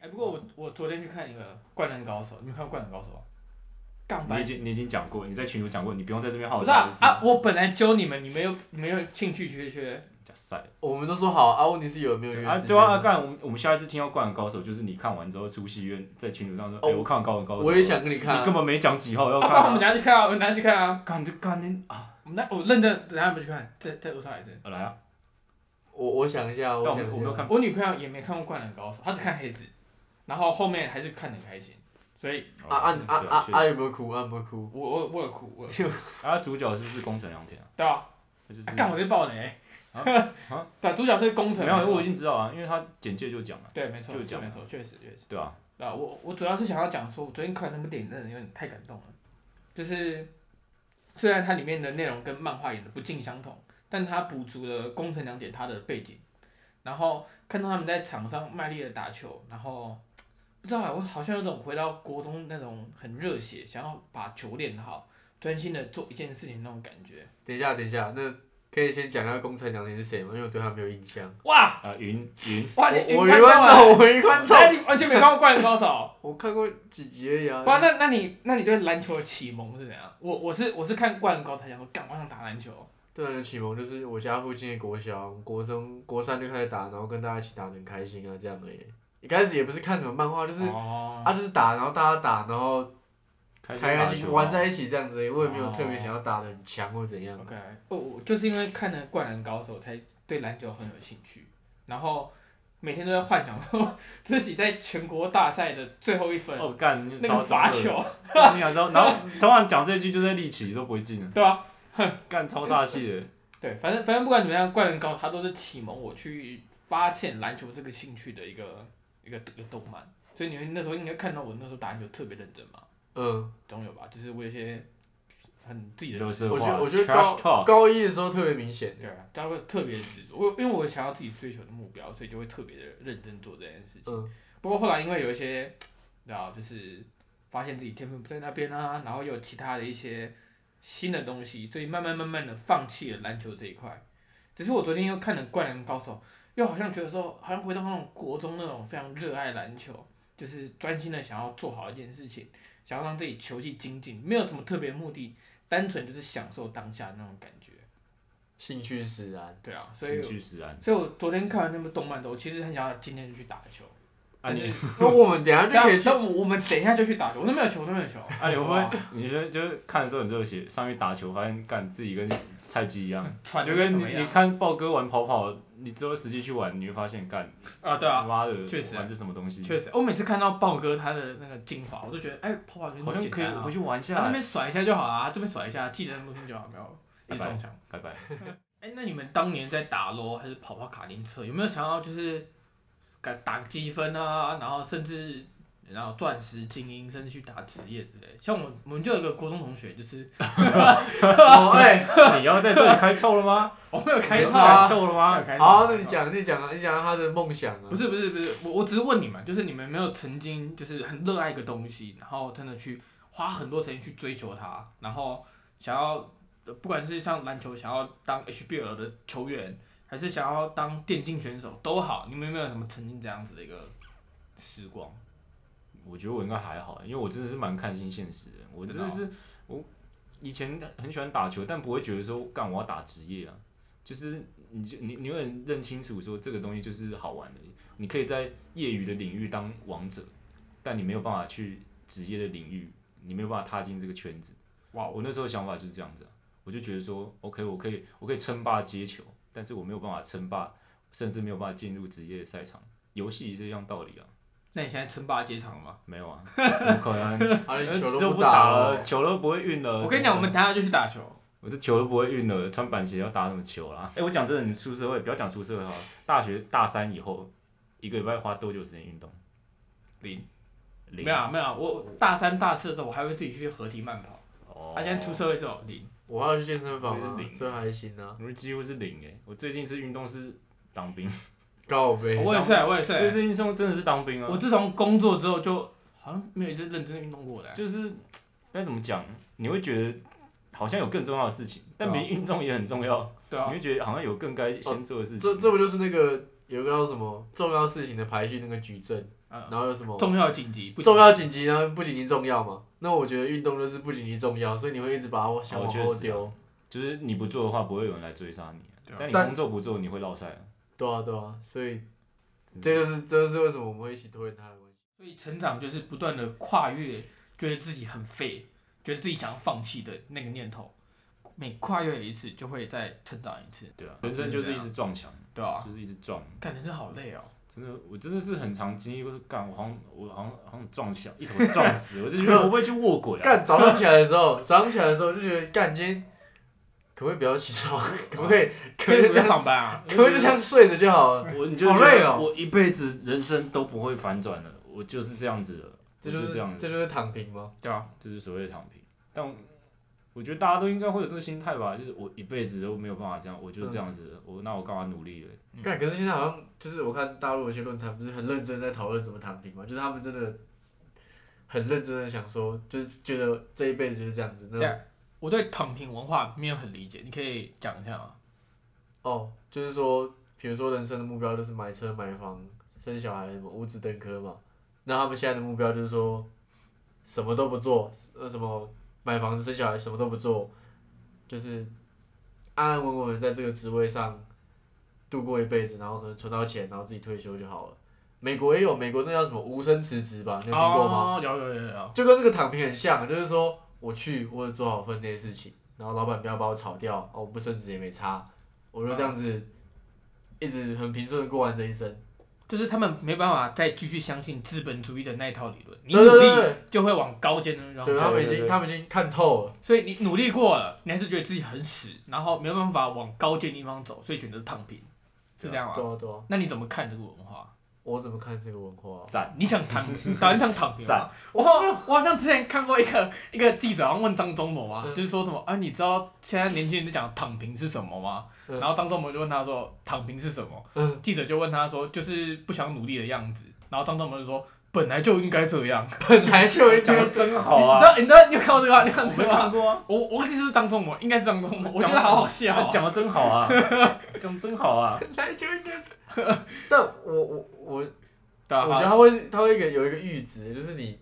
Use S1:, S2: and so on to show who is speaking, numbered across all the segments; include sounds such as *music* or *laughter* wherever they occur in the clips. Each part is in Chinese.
S1: 哎不过
S2: 嗯
S1: 我我昨天去看一个《灌篮高手》，你们看过《灌篮高手》吗？
S3: 啊
S1: 杠
S2: 你
S1: 白
S2: 已经你已经讲过，你在群主讲过，你不用在这边好
S1: 不
S2: 好
S1: 是啊
S2: 解释
S1: 啊！我本来揪你们，你们又你们又兴趣缺缺，
S2: 假赛。
S3: 我们都说好啊，问题是有没有约
S2: 啊，
S3: 时
S2: 对啊，
S3: 间
S2: 啊干、我们我们下一次听到《灌篮高手》，就是你看完之后出戏院，在群主上说，哎、
S3: 哦
S2: 我看完《灌篮高手》，
S3: 我也，想跟你看、
S2: 你
S3: 啊，
S2: 根本没讲几号要
S1: 啊，
S2: 看、
S1: 不然我
S2: 啊
S1: 们，拿去看啊，我们拿去看啊，
S2: 干就干你啊，
S1: 我们拿我认真，等下我们去看，再再多看一次。
S2: 来啊，
S3: 我我想一下，我
S2: 但我
S3: 想一
S2: 们
S3: 下
S2: 我没有看，
S1: 我女朋友也没看过《灌篮高手》，她只看黑子，然后后面还是看得很开心，所以
S3: 啊啊
S2: 哦
S3: 啊
S2: 对
S3: 啊
S2: 确实
S3: 啊有没有哭？啊有没有哭？
S1: 我我我有哭，我有哭
S2: 啊，主角是不是宫城良田啊？
S1: 对啊，
S2: 他就是
S1: 啊干、我这爆雷、 *laughs*
S2: 啊啊
S1: 对，主角是工程，
S2: 没有，我已经知道啊，因为他简介就讲了，
S1: 对，没错，
S2: 就是讲
S1: 没
S2: 了
S1: 错，确实确实。
S2: 对啊，
S1: 啊，我我主要是想要讲说，我昨天看那部电影真的有点太感动了，就是虽然它里面的内容跟漫画演的不尽相同，但它补足了宫城良姐她的背景，然后看到他们在场上卖力的打球，然后不知道啊我好像有种回到国中那种很热血，想要把球练好，专心的做一件事情那种感觉。
S3: 等一下等一下，那可以先讲一下宫城良田是谁吗？因为我对他没有印象。
S1: 哇
S2: 啊云云，
S1: 哇，你
S3: 我我
S1: 你
S3: 云
S1: 看到
S3: 观
S1: 了
S3: *laughs* 众，我云观
S2: *laughs*
S3: 众，
S1: 哎你完全没看过《灌篮高手》。
S3: 我看过几集而已啊。
S1: 哇，那那你那你对篮球的启蒙是怎样？我我是我是看《灌篮高手》才想说，干，我想打篮球。
S3: 对啊，启蒙就是我家附近的国小，国中、国三就开始打，然后跟大家一起打的很开心啊，这样而已。一开始也不是看什么漫画，就是、
S1: 哦，
S3: 啊，就是打，然后大家打，然后
S2: 开
S3: 开
S2: 打
S3: 开心
S2: 球
S3: 心
S2: 啊
S3: 玩在一起这样子而已。我也没有特别
S1: 哦
S3: 想要打的很强或怎样。
S1: OK，哦，我就是因为看了《灌篮高手》才对篮球很有兴趣，然后每天都在幻想说自己在全国大赛的最后一分、
S2: 哦干，你
S1: 那
S2: 烧
S1: 个
S2: 中
S1: 罚
S2: 二，
S1: 球，
S2: 干你想知道，然后通常讲这句就是力气都不会进啊，
S1: 对啊，
S2: 干超煞气的，
S1: 对，反正反正不管怎么样，《灌篮高手》它都是启蒙我去发现篮球这个兴趣的一个一个一个动漫，所以你们那时候应该看到我那时候打篮球特别认真嘛，
S3: 嗯，
S1: 懂有吧？就是我有一些很自己的
S2: 都是
S3: *laughs* 我觉
S2: 话
S3: 得我觉得
S2: trash
S3: 高
S2: talk，
S3: 高一的时候特别明显。
S2: *laughs*
S1: 对啊，他会特别执着。我因为我想要自己追求的目标，所以就会特别的认真做这件事情。
S3: 嗯
S1: 不过后来因为有一些，然后就是发现自己天分不在那边啊，然后又有其他的一些新的东西，所以慢慢慢慢的放弃了篮球这一块。只是我昨天又看了《灌篮高手》，又好像觉得说，好像回到那种国中那种非常热爱篮球，就是专心的想要做好一件事情，想要让自己球技精进，没有什么特别的目的，单纯就是享受当下那种感觉。
S3: 兴趣使然。
S1: 对啊，所以
S2: 兴趣使然，
S1: 所以我昨天看完那部动漫之后，其实很想要今天就去打球，
S2: 啊
S1: 但
S2: 你
S1: 是
S3: 那我们等一下就
S1: 那
S2: *laughs*
S3: 可以去
S1: 那我们等一下就去打球，我都没有球，我都没有球。
S2: 啊，你会不
S1: 好不
S2: 会
S1: 好？
S2: 你觉得就是看的时候很热血，上去打球发现干自己跟菜鸡一样，
S1: 喘
S2: 就
S1: 得
S2: 跟
S1: 怎
S2: 你
S1: 么样
S2: 你看豹哥玩跑跑，你之后实际去玩，你会发现干
S1: 啊，对啊，
S2: 妈的，
S1: 确实啊
S2: 玩这什么东西，
S1: 确实，我每次看到豹哥他的那个精华，我都觉得哎，跑跑有点
S2: 好像可以
S1: 简单啊
S2: 回去玩一
S1: 他那
S2: 下，
S1: 边甩一下就好啊，这边甩一下，技能路线就好，没有一
S2: 拜
S1: 直
S2: 拜
S1: 撞墙。
S2: 拜
S1: *laughs*
S2: 拜。
S1: 哎、那你们当年在打咯，还是跑跑卡丁车，有没有想要就是打打积分啊，然后甚至然后钻石、精英，甚至去打职业之类？像我我们就有一个国中同学，就是
S3: 哦，哎、
S2: *laughs* 你要在这里开臭了吗？
S1: 我没有开
S3: 没
S1: 窍
S3: 错啊
S1: 啊
S2: 开，臭了
S1: 没
S2: 吗
S1: 有？开窍
S3: 好，啊
S1: 没
S3: 那
S1: 有
S3: 你
S1: 开窍
S3: 讲，你讲，你讲他的梦想
S2: 嗯
S3: 啊。
S1: 不是不是不是，我我只是问你们，就是你们有没有曾经就是很热爱一个东西，然后真的去花很多时间去追求它，然后想要呃不管是像篮球想要当 HBL 的球员，还是想要当电竞选手都好，你们有没有什么曾经这样子的一个时光？
S2: 我觉得我应该还好，因为我真的是蛮看清现实的，我真的是我以前很喜欢打球，但不会觉得说干我要打职业啊，就是你就你你会很认清楚说这个东西就是好玩的，你可以在业余的领域当王者，但你没有办法去职业的领域，你没有办法踏进这个圈子。
S1: 哇
S2: 我那时候想法就是这样子啊、我就觉得说，OK，我可以我可以称霸街球，但是我没有办法称霸，甚至没有办法进入职业赛场。游戏也是一样道理啊，
S1: 那你现在称霸街场了吗？
S2: 没有 *laughs* 啊，怎么可能？
S3: 啊，你
S2: 呃
S3: 球
S2: 就
S3: 都
S2: 不
S3: 打
S2: 了，。球都不会运了。
S1: 我跟你讲，我们等一下就去打球。
S2: 我这球都不会运了，穿板鞋要打什么球啦？哎、我讲真的，你出社会不要讲出社会哈，大学大三以后，一个礼拜花多久时间运动？
S1: 零
S2: 零。
S1: 没有啊没有啊，我大三大四的时候我还会自己去合体慢跑，
S2: 哦。
S1: 他、现在出社会之后零。
S3: 我还要去健身房啊
S2: 我也是，零
S3: 所以还行啊。
S2: 我几乎是零哎、我最近一次运动是当兵，
S3: 告呗。
S1: 哦我也是，啊我也是。
S2: 最近运动真的是当兵啊。
S3: 嗯
S1: 我自从工作之后就好像没有一次认真运动过嘞、欸
S2: 就是该怎么讲，你会觉得好像有更重要的事情，但
S1: 对啊
S2: 明明运动也很重要，
S1: 对啊
S2: 你，会觉得好像有更该先做的事情。
S3: 这这不就是那个有个叫什么重要事情的排序那个矩阵？
S1: 嗯，
S3: 然后有什么
S1: 重要紧急不
S3: 重要紧急呢？不紧急重要嘛？那我觉得运动就是不紧急重要，所以你会一直把我想
S2: 哦
S3: 往
S2: 确
S3: 后
S2: 实啊
S3: 丢。
S2: 就是你不做的话，不会有人来追杀你
S1: 对啊，
S2: 但你
S3: 但
S2: 工作不做，你会落赛啊。
S3: 对啊，对啊，所以
S2: 真的
S3: 这就是这就是为什么我们会一起拖延他的关系。
S1: 所以成长就是不断的跨越，觉得自己很废，觉得自己想要放弃的那个念头，每跨越一次就会再成长一次，
S2: 对啊，人生就是一直撞墙，
S1: 对
S3: 啊
S1: 吧、
S2: 就是一直撞。
S1: 干人生好累哦，
S2: 真的，我真的是很常经历过，干我好像我好像好像撞墙，一头撞死，我就觉得我会不会去卧轨啊？
S3: 干早上起来的时候， *laughs* 早上起来的时候就觉得干今天可不可以不要起床？可不可以 *laughs* 可不可以
S1: 以不
S3: 这
S1: 要
S3: 样
S1: 上班啊，
S3: 可不可以就这样睡着就好了？
S2: 我你就觉
S3: 好累
S2: 得
S3: 哦
S2: 我一辈子人生都不会反转了，我就是这样子了，
S3: 这
S2: 我
S3: 就
S2: 就是这样
S3: 这
S2: 子，
S3: 就是躺平吗？
S1: 对啊吧、
S2: 就是所谓的躺平。但我我觉得大家都应该会有这个心态吧，就是我一辈子都没有办法这样，我就是这样子了，我那我干嘛努力了？
S1: 嗯
S3: 干，可是现在好像就是我看大陆有些论坛不是很认真在讨论怎么躺平嘛，就是他们真的很认真的想说，就是觉得这一辈子就是这样子。那
S1: 这
S3: 种
S1: 样我对躺平文化没有很理解，你可以讲一下吗？
S3: 哦，就是说，比如说人生的目标就是买车、买房、生小孩，什么五子登科嘛。那他们现在的目标就是说，什么都不做，呃，什么买房子、生小孩，什么都不做，就是安安稳稳地在这个职位上度过一辈子，然后可能存到钱，然后自己退休就好了。美国也有，美国那叫什么无声辞职吧？你有啊听过吗？
S1: 哦，有有有有，
S3: 就跟这个躺平很像，啊就是说我去，我有做好分内事情，然后老板不要把我炒掉，哦，我不升职也没差，我就这样子一直很平顺的过完这一生。
S1: 就是他们没办法再继续相信资本主义的那一套理论，你
S3: 对
S1: 努
S3: 对对
S1: 力就会往高阶的那
S3: 对，
S1: 种
S3: 他
S1: 走，
S3: 们已
S2: 对对
S3: 经
S2: 对
S3: 他们已经看透了，
S1: 所以你努力过了，你还是觉得自己很屎，然后没有办法往高阶地方走，所以选择躺平，是这样吗？
S3: 对啊对啊，
S1: 那你怎么看这个文化？
S3: 我怎么看这个文 *laughs* 化啊？
S2: 赞，
S1: 你想躺
S2: *laughs*
S1: 平，当然想躺平
S2: 赞
S1: 嘛。我好我好像之前看过一个一个记者，好像问张忠谋啊，
S3: 嗯
S1: 就是说什么啊，你知道现在年轻人就讲躺平是什么吗？
S3: 嗯
S1: 然后张忠谋就问他说躺平是什么？
S3: 嗯
S1: 记者就问他说就是不想努力的样子，然后张忠谋就说本来就应该这样。
S3: 本来就 *laughs* 应
S2: 讲
S3: 该
S2: 的真
S1: *laughs*
S2: 好
S1: 你
S2: 啊
S1: 知！道你知道你有看过这个吗？你有看
S2: 我
S1: 过这
S2: 没
S1: 个吗
S2: 看过啊，
S1: *laughs* 我我忘记是不是张忠谋，应该是张忠谋， *laughs* 我觉得好好笑啊、
S2: 讲的真好
S1: *laughs*
S2: 啊，讲得真好啊。
S3: 本来就应该这样。 *laughs* 但我我我
S1: 对啊，
S3: 我觉得他会他会一个有一个阈值，就是你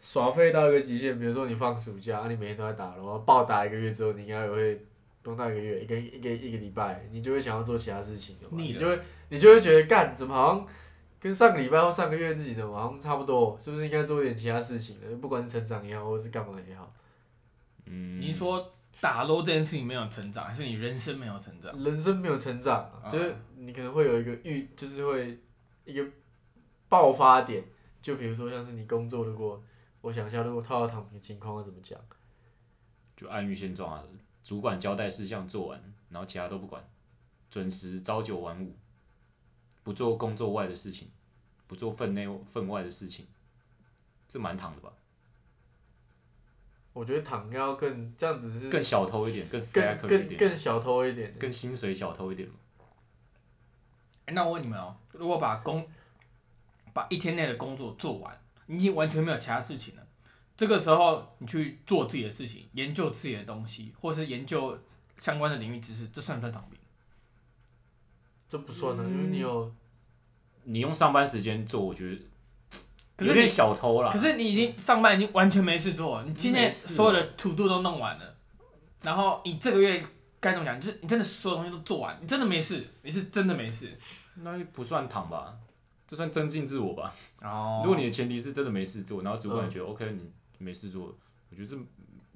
S3: 耍废到一个极限，比如说你放暑假，啊你每天都在打，然后暴打一个月之后，你应该也会不用到一个月，一个一个一个礼拜，你就会想要做其他事情了嘛，
S1: 腻
S3: 你
S1: 了
S3: 就会你就会觉得干怎么好像跟上个礼拜或上个月自己怎么好像差不多，是不是应该做一点其他事情呢？不管是成长也好，或者是干嘛也好，
S2: 嗯，
S1: 你说打 low 这件事情没有成长，还是你人生没有成长？
S3: 人生没有成长
S1: 啊
S3: 啊、就是你可能会有一个预，就是会一个爆发点，就比如说像是你工作，如果我想一下，如果套到躺平的情况要怎么讲？
S2: 就安于现状啊，主管交代事项做完，然后其他都不管，准时朝九晚五，不做工作外的事情，不做分内分外的事情，这蛮躺的吧？
S3: 我觉得躺要更这样子
S1: 嗯
S3: 是
S2: 更小偷一点，
S3: 更
S2: 更 slacker 一
S3: 更
S2: 点，
S3: 更小偷一点的，
S2: 更薪水小偷一点嘛。
S1: 哎那我问你们哦，如果把工把一天内的工作做完，你已经完全没有其他事情了，这个时候你去做自己的事情，研究自己的东西，或是研究相关的领域知识，这算不算躺平？
S3: 这不算啊，因为你有
S2: 你用上班时间做，我觉得
S1: 可
S2: 有
S1: 是
S2: 点
S1: 你
S2: 小偷啦。
S1: 可是你已经上班已经完全没事做了，你今天
S2: 啊没事了
S1: 所有的 to do 都弄完了，然后你这个月该怎么讲？你就是你真的所有东西都做完，你真的没事，你是真的没事。
S2: 那就不算躺吧，这算增进自我吧。
S1: 哦
S2: 如果你的前提是真的没事做，然后主管
S3: 嗯
S2: 觉得、OK 你没事做，我觉得这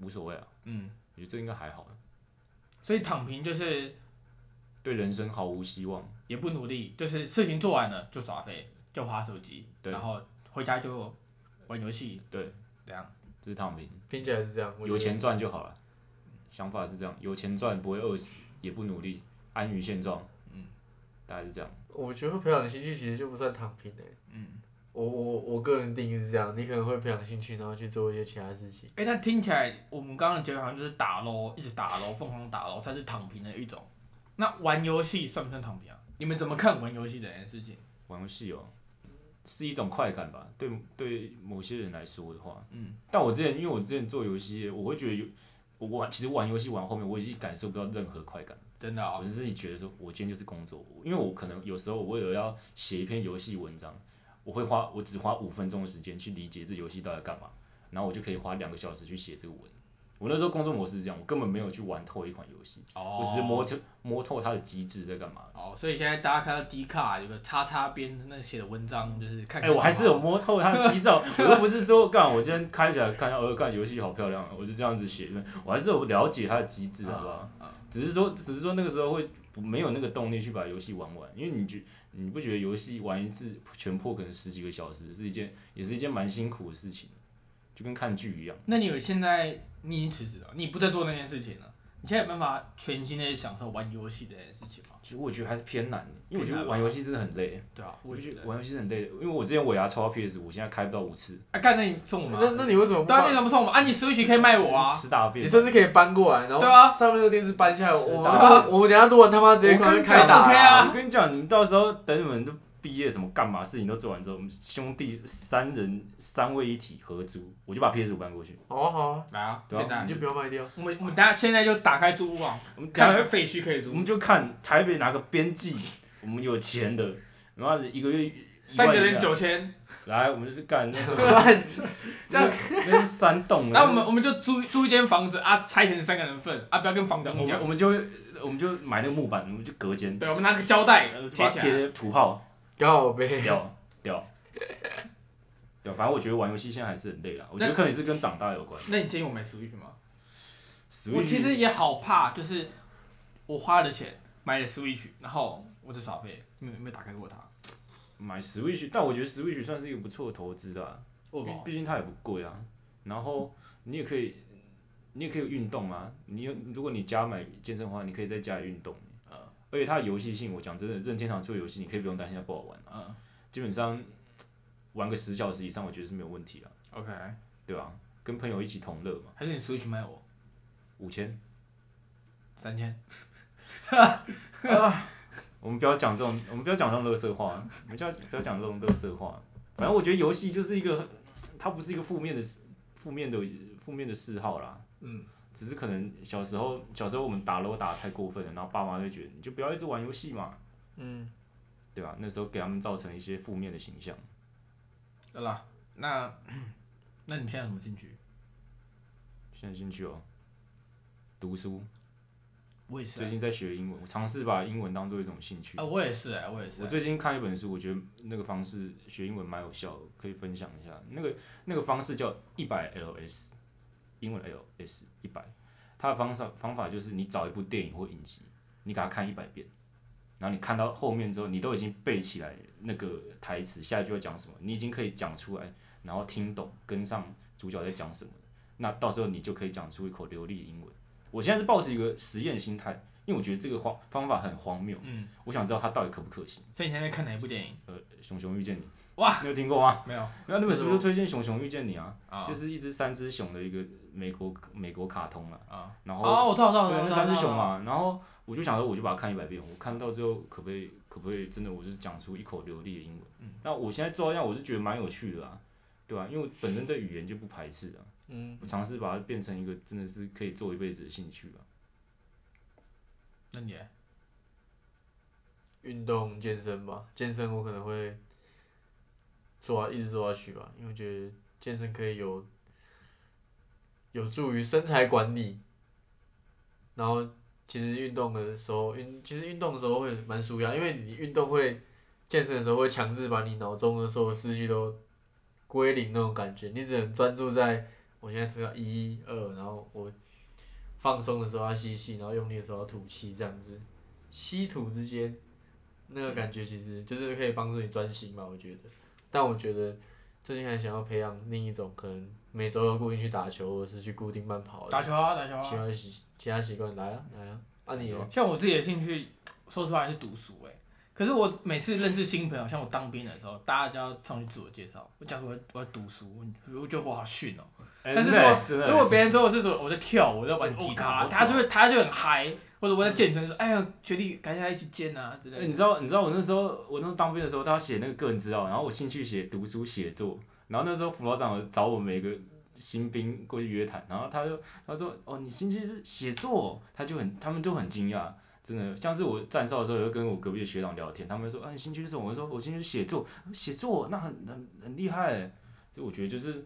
S2: 无所谓啊，
S1: 嗯，
S2: 我觉得这应该还好，啊
S1: 所以躺平就是
S2: 对人生毫无希望。
S1: 也不努力，就是事情做完了就耍废，就划手机，
S2: 对
S1: 然后回家就玩游戏，
S2: 对，
S1: 这样。
S2: 这是躺平。
S3: 听起来是这样，我觉
S2: 有
S3: 得
S2: 钱赚就好了，想法是这样，有钱赚不会饿死，也不努力，安于现状，
S1: 嗯，
S2: 大概是这样。
S3: 我觉得培养兴趣其实就不算躺平诶、
S1: 嗯，
S3: 我我我个人定义是这样，你可能会培养兴趣，然后去做一些其他事情。
S1: 哎、那听起来我们刚刚的结论好像就是打咯，一直打咯，疯狂打咯，算是躺平的一种。那玩游戏算不算躺平啊？你们怎么看玩游戏这件事情？
S2: 玩游戏哦，是一种快感吧？对对，某些人来说的话，
S1: 嗯，
S2: 但我之前因为我之前做游戏，我会觉得有我玩，其实玩游戏玩后面我已经感受不到任何快感，
S1: 真的啊、
S2: 我只是觉得说我今天就是工作，因为我可能有时候我为了要写一篇游戏文章，我会花我只花五分钟的时间去理解这游戏到底干嘛，然后我就可以花两个小时去写这个文。我那时候工作模式是这样，我根本没有去玩透一款游戏，
S1: 哦，
S2: 我只是摸透摸透它的机制在干嘛。
S1: 哦，所以现在大家看到 D 卡有个叉叉边那写的文章，就是看
S2: 哎、
S1: 看
S2: 我还是有摸透它的机制哦，我又不是说干，我今天开起来看一下，呃，干游戏好漂亮啊，我就这样子写，我还是有了解它的机制，好不好？
S1: 嗯
S2: 只是说，只是说那个时候会不没有那个动力去把游戏玩完，因为你觉你不觉得游戏玩一次全破可能十几个小时是一件，也是一件蛮辛苦的事情，就跟看剧一样。
S1: 那你有现在你已经辞职了，你不再做那件事情了，你现在有办法全心的享受玩游戏这件事情吗？
S2: 其实我觉得还是偏难的，因为
S1: 偏
S2: 我觉得
S1: 难
S2: 玩
S1: 吗
S2: 游戏真的很累，
S1: 对啊，
S2: 我
S1: 我也
S2: 觉
S1: 觉
S2: 得
S1: 得。
S2: 玩游戏是很累的，因为我之前尾牙抽到 PS，我现在开不到五次，
S1: 啊，干，那你送我吗？
S3: 那那你为什么不
S1: 当然
S3: 把？
S1: 那怎么送我们啊？你 Switch 可以卖我啊！
S2: 吃大便。
S3: 你甚至可以搬过来，然后
S1: 对啊
S3: 上面那个电视搬下来，
S2: 是的
S3: 我们他我们等一下录完他妈直接
S2: 我跟
S3: 开
S2: 你
S3: 开
S2: 讲
S3: 打
S1: OK
S2: 啊！
S1: 啊
S2: 我跟你讲，你到时候等你们都毕业什么干嘛事情都做完之后，我们兄弟三人三位一体合租，我就把 PS 五搬过去。
S3: 好啊好啊，
S1: 来啊，
S2: 对啊
S1: 现在
S3: 你就不要卖掉。
S1: 我们我们大家现在就打开租屋网，
S2: 我们
S1: 看
S2: 看
S1: 有没有废墟可以
S2: 我
S1: 租
S2: 们。就看台北哪个边际，我们有钱的，然后一个月一
S1: 三
S2: 万
S1: 个
S2: 以
S1: 人
S2: 下，
S1: 九千，
S2: 来我们就是干那
S1: *laughs*
S2: 个，
S3: 乱这
S2: 那
S3: 样
S2: 那是山洞，
S1: 那我们我们就租租一间房子啊，拆成三个人份啊，不要跟房
S2: 我
S1: 东
S2: 们
S1: 讲
S2: 我。们就我们就买那个木板，我们就隔间，
S1: 对，我们拿个胶带
S2: 然后就
S1: 贴
S2: 把它
S1: 起来。
S2: 贴土
S1: *laughs*
S2: 炮，
S3: 告呗。
S2: 屌屌屌，反正我觉得玩游戏现在还是很累啦，我觉得可能也是跟长大有关。
S1: 那你建议我买 Switch 吗？我
S2: Switch
S1: 其实也好怕，就是我花了钱买了 Switch，然后我只耍废，没有没有打开过它。
S2: 买 Switch，但我觉得 Switch 算是一个不错的投资啦，
S1: 为
S2: 毕
S1: 什么
S2: 毕竟它也不贵啊。然后你也可以，你也可以运动啊。你有如果你家买健身环，你可以在家里运动。
S1: 嗯
S2: 而且它的游戏性，我讲真的，任天堂做游戏，你可以不用担心它不好玩，
S1: 嗯
S2: 基本上玩个十小时以上，我觉得是没有问题啊，
S1: ，OK，
S2: 对吧、跟朋友一起同乐嘛，
S1: 还是你 Switch 卖我
S2: 五千。
S1: 三千？
S2: 我们不要讲这种，我们不要讲这种乐色话，我们不要不要讲这种乐色话。反正我觉得游戏就是一个，它不是一个负面的负面的负面的嗜好啦。
S3: 嗯，
S2: 只是可能小时候小时候我们打 LO 打得太过分了，然后爸妈就觉得你就不要一直玩游戏嘛，
S3: 嗯，
S2: 对吧、那时候给他们造成一些负面的形象。
S1: 好啦，那那你们现在有什么兴趣？
S2: 现在兴趣哦，读书，
S1: 我也是
S2: 最近在学英文，我尝试把英文当做一种兴趣。
S1: 啊，我也是哎，我也是
S2: 我。最近看一本书，我觉得那个方式学英文蛮有效的，可以分享一下。那个那个方式叫一百 LS，英文 LS 一百，它的方式方法就是你找一部电影或影集，你给它看一百遍，然后你看到后面之后，你都已经背起来那个台词，下一句要讲什么，你已经可以讲出来，然后听懂跟上主角在讲什么，那到时候你就可以讲出一口流利的英文。我现在是抱持一个实验心态，因为我觉得这个方方法很荒谬，
S1: 嗯，
S2: 我想知道它到底可不可行。
S1: 所以你现在看哪一部电影？
S2: 呃，熊熊遇见你，
S1: 哇，
S2: 你有听过吗？
S1: 没有
S2: 那那本书
S3: 没
S2: 就
S3: 有
S2: 推荐《熊熊遇见你》啊，
S1: 啊
S2: 就是一只三只熊的一个美国美国卡通啊，
S1: 啊。
S2: 然后、
S1: 哦，我知道，我知道，我知
S2: 对
S1: 道。
S2: 那三只熊
S1: 啊。
S2: 嘛，然后我就想说我就把它看一百遍，我看到最后可不可以可不可以真的我就讲出一口流利的英文？
S1: 嗯
S2: 那我现在做到这样，我是觉得蛮有趣的啊，对吧、因为我本身对语言就不排斥啊，
S3: *laughs* 嗯，
S2: 我尝试把它变成一个真的是可以做一辈子的兴趣啊。
S1: 那你呢
S3: 运动健身吧，健身我可能会做啊，一直做下去吧，因为我觉得健身可以有有助于身材管理，然后其实运动的时候，运其实运动的时候会蛮舒压，因为你运动会健身的时候会强制把你脑中的所有思绪都归零那种感觉，你只能专注在我现在推到一二，然后我放松的时候要吸气，然后用力的时候要吐气，这样子。吸土之间，那个感觉其实就是可以帮助你专心吧，我觉得。但我觉得最近还想要培养另一种，可能每周要固定去打球，或者是去固定慢跑的。
S1: 打球啊，打球
S3: 其
S1: 啊。
S3: 他习其他习惯来啊来啊，啊你有
S1: 像我自己的兴趣，说出来是读书哎、可是我每次认识新朋友，像我当兵的时候，大家就要上去自我介绍，我假如我在我在读书，我我觉得我好逊哦、
S2: 哎
S1: 但是
S2: 真
S1: 如
S2: 的
S1: 果
S2: 真的
S1: 如果别人说我是说我在跳舞，我在玩吉
S2: 我
S1: 他，
S2: 懂嗯
S1: 他就会他就很嗨，或者我在健身说，哎呀学弟改天来一起健啊之
S2: 哎、
S1: 类
S2: 你
S1: 的。
S2: 知道你知道我那时候我那时候当兵的时候，他要写那个个人资料，然后我兴趣写读书写作，然后那时候辅导长有找我每个新兵过去约谈，然后他就他说哦你兴趣是写作，他就很他们就很惊讶，真的，像是我站哨的时候，也会跟我隔壁的学长聊天，他们说，啊，你兴趣是什么？我说我兴趣是写作，写作那很很很厉害，就我觉得就是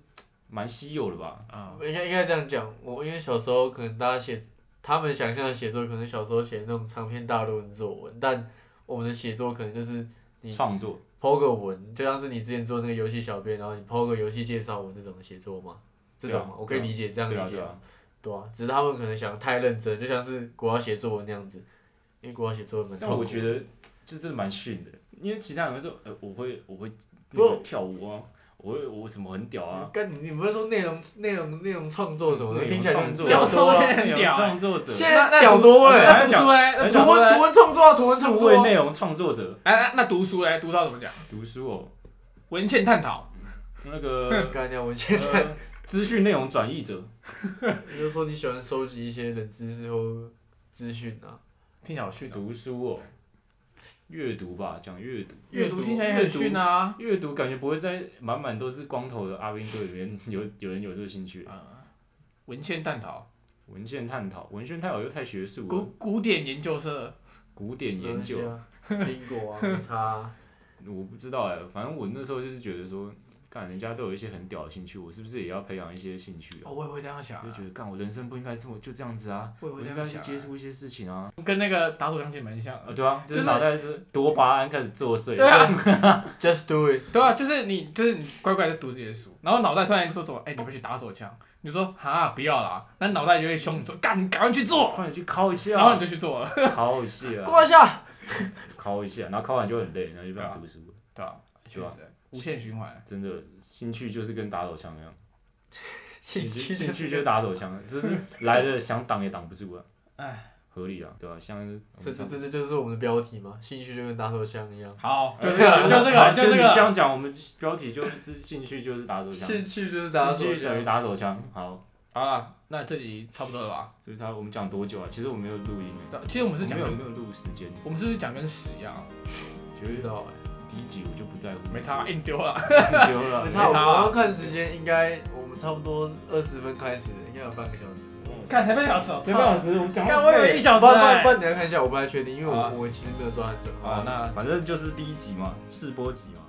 S2: 蛮稀有的吧。
S1: 啊，
S3: 应该应该这样讲，我因为小时候可能大家写，他们想象的写作可能小时候写那种长篇大论作文，但我们的写作可能就是你
S2: 创作，
S3: 抛个文，就像是你之前做那个游戏小编，然后你抛个游戏介绍文这种的写作嘛，这种嘛
S2: 对啊
S3: 我可以
S2: 对啊
S3: 理解这样理
S2: 对啊
S3: 解
S2: 对
S3: 嘛，
S2: 啊，
S3: 对啊，只是他们可能想得太认真，就像是国要写作文那样子，因为国要写作文蛮
S2: 但
S3: 痛苦
S2: 我
S3: 的。
S2: 觉得就真的蛮逊的，因为其他人说，呃，我会我会
S3: 不
S2: 那个跳舞啊，我会我什么很屌啊，
S3: 干你，你不是说内容内容内容创作什么的，
S2: 内容
S3: 听起来就很
S2: 创作啊
S3: 屌多啊了。
S1: 很屌欸
S2: 创作者，
S3: 现在屌多了、
S1: 那
S2: 哎
S1: 读书嘞，那
S2: 还
S1: 读
S3: 图
S2: 讲
S1: 书
S3: 文
S1: 嘞，
S3: 图文创作啊，图文创
S2: 数
S3: 作
S2: 位
S3: 啊。
S2: 内容创作者，
S1: 哎那那读书嘞，读到怎么讲？
S2: 读书哦，
S1: 文献探讨，
S2: 那个
S3: 干掉我 *laughs* 现在，
S2: 呃资讯内容转
S3: *laughs*
S2: 译者，
S3: 你就说你喜欢收集一些冷知识或资讯啊，
S1: 听起来好逊哦。
S2: 读书哦，阅读吧，讲阅读。
S1: 阅读听起来也很逊
S2: 啊。
S1: 啊。
S2: 阅读感觉不会在满满都是光头的阿兵哥里面 *laughs* 有有人有这个兴趣。
S1: 啊，文献探讨，
S2: 文献探讨，文献探讨又太学术
S1: 古
S2: 了，
S1: 古典研究社，
S2: 古典研
S3: 没
S2: 究，
S3: 关 *laughs* 系啊，英国啊，没差啊、
S2: 我不知道哎、反正我那时候就是觉得说，干人家都有一些很屌的兴趣，我是不是也要培养一些兴趣啊？
S1: 哦，我也会这样想
S2: 就觉
S1: 啊，
S2: 得干我人生不应该这么就这样子啊，
S1: 我也
S2: 我
S1: 会这
S2: 应
S1: 样
S2: 该去
S1: 想
S2: 接
S1: 啊。
S2: 触一些事情啊。
S1: 跟那个打手枪其实蛮像
S2: 啊，
S1: 的。
S2: 对啊，就
S1: 就是
S2: 是脑袋是多巴胺开始作祟。
S1: 对啊，
S3: j u s t do it。
S1: 对啊，就是你，就是你乖乖的读这些书，然后脑袋突然说什么，哎、你要不要去打手枪？你说哈，不要啦，那脑袋就会凶你说，干，你赶快去做，
S2: 快点去敲一
S1: 然后
S2: 下
S1: 你，就去做了，
S2: 敲一
S1: *laughs*
S2: 下，
S3: 过一下。
S2: 敲一下，然后敲完就很累，然后就不想读书。了。
S1: 对啊吧、确
S2: 对啊
S1: 实，无限循环。
S2: 真的，兴趣就是跟打手枪一样，
S3: 兴
S2: 就
S3: 趣
S2: 兴趣就是打手枪，只是来了想挡也挡不住啊。
S1: 哎，
S2: 合理啊，对吧、像是我
S3: 这
S2: 们
S3: 这
S2: 上
S3: 这这就是我们的标题嘛，兴趣就跟打手枪一样。
S1: *laughs* 好，就这个，就这个，
S2: 哦哎就
S1: 这
S2: 你这
S1: 个。
S2: 样讲，我们标题就是兴趣就是打手枪，
S1: *laughs*
S2: 兴
S3: 兴趣就是打手
S2: 趣等
S3: 枪。
S2: 于打手枪。好，
S1: 好了，那这集差不多了吧？
S2: 所以他我们讲多久啊？其实我没有录音欸，
S1: 那啊其实我
S2: 我
S1: 们是讲
S2: 没有
S1: 跟，
S2: 没有录时间，
S1: 我们是不是讲跟屎一样？啊
S2: 觉
S3: 不知
S2: 得
S3: 道
S2: 第一集我就不在乎，
S1: 没差，硬丢了。
S2: 丢了，
S3: 哎、没
S1: 差
S3: 差，我
S1: 啊
S3: 们要看时间，应该我们差不多二十分开始，应该有半个小时。
S1: 看才半小时哦，
S2: 半小时，我们讲
S1: 看我有一小时
S3: 不然不然
S1: 哎
S3: 不然你来看一下，我不太确定，因为我、
S1: 好啊
S3: 我其实没有抓很准。
S1: 好，那
S2: 反正就是第一集嘛，试播集嘛，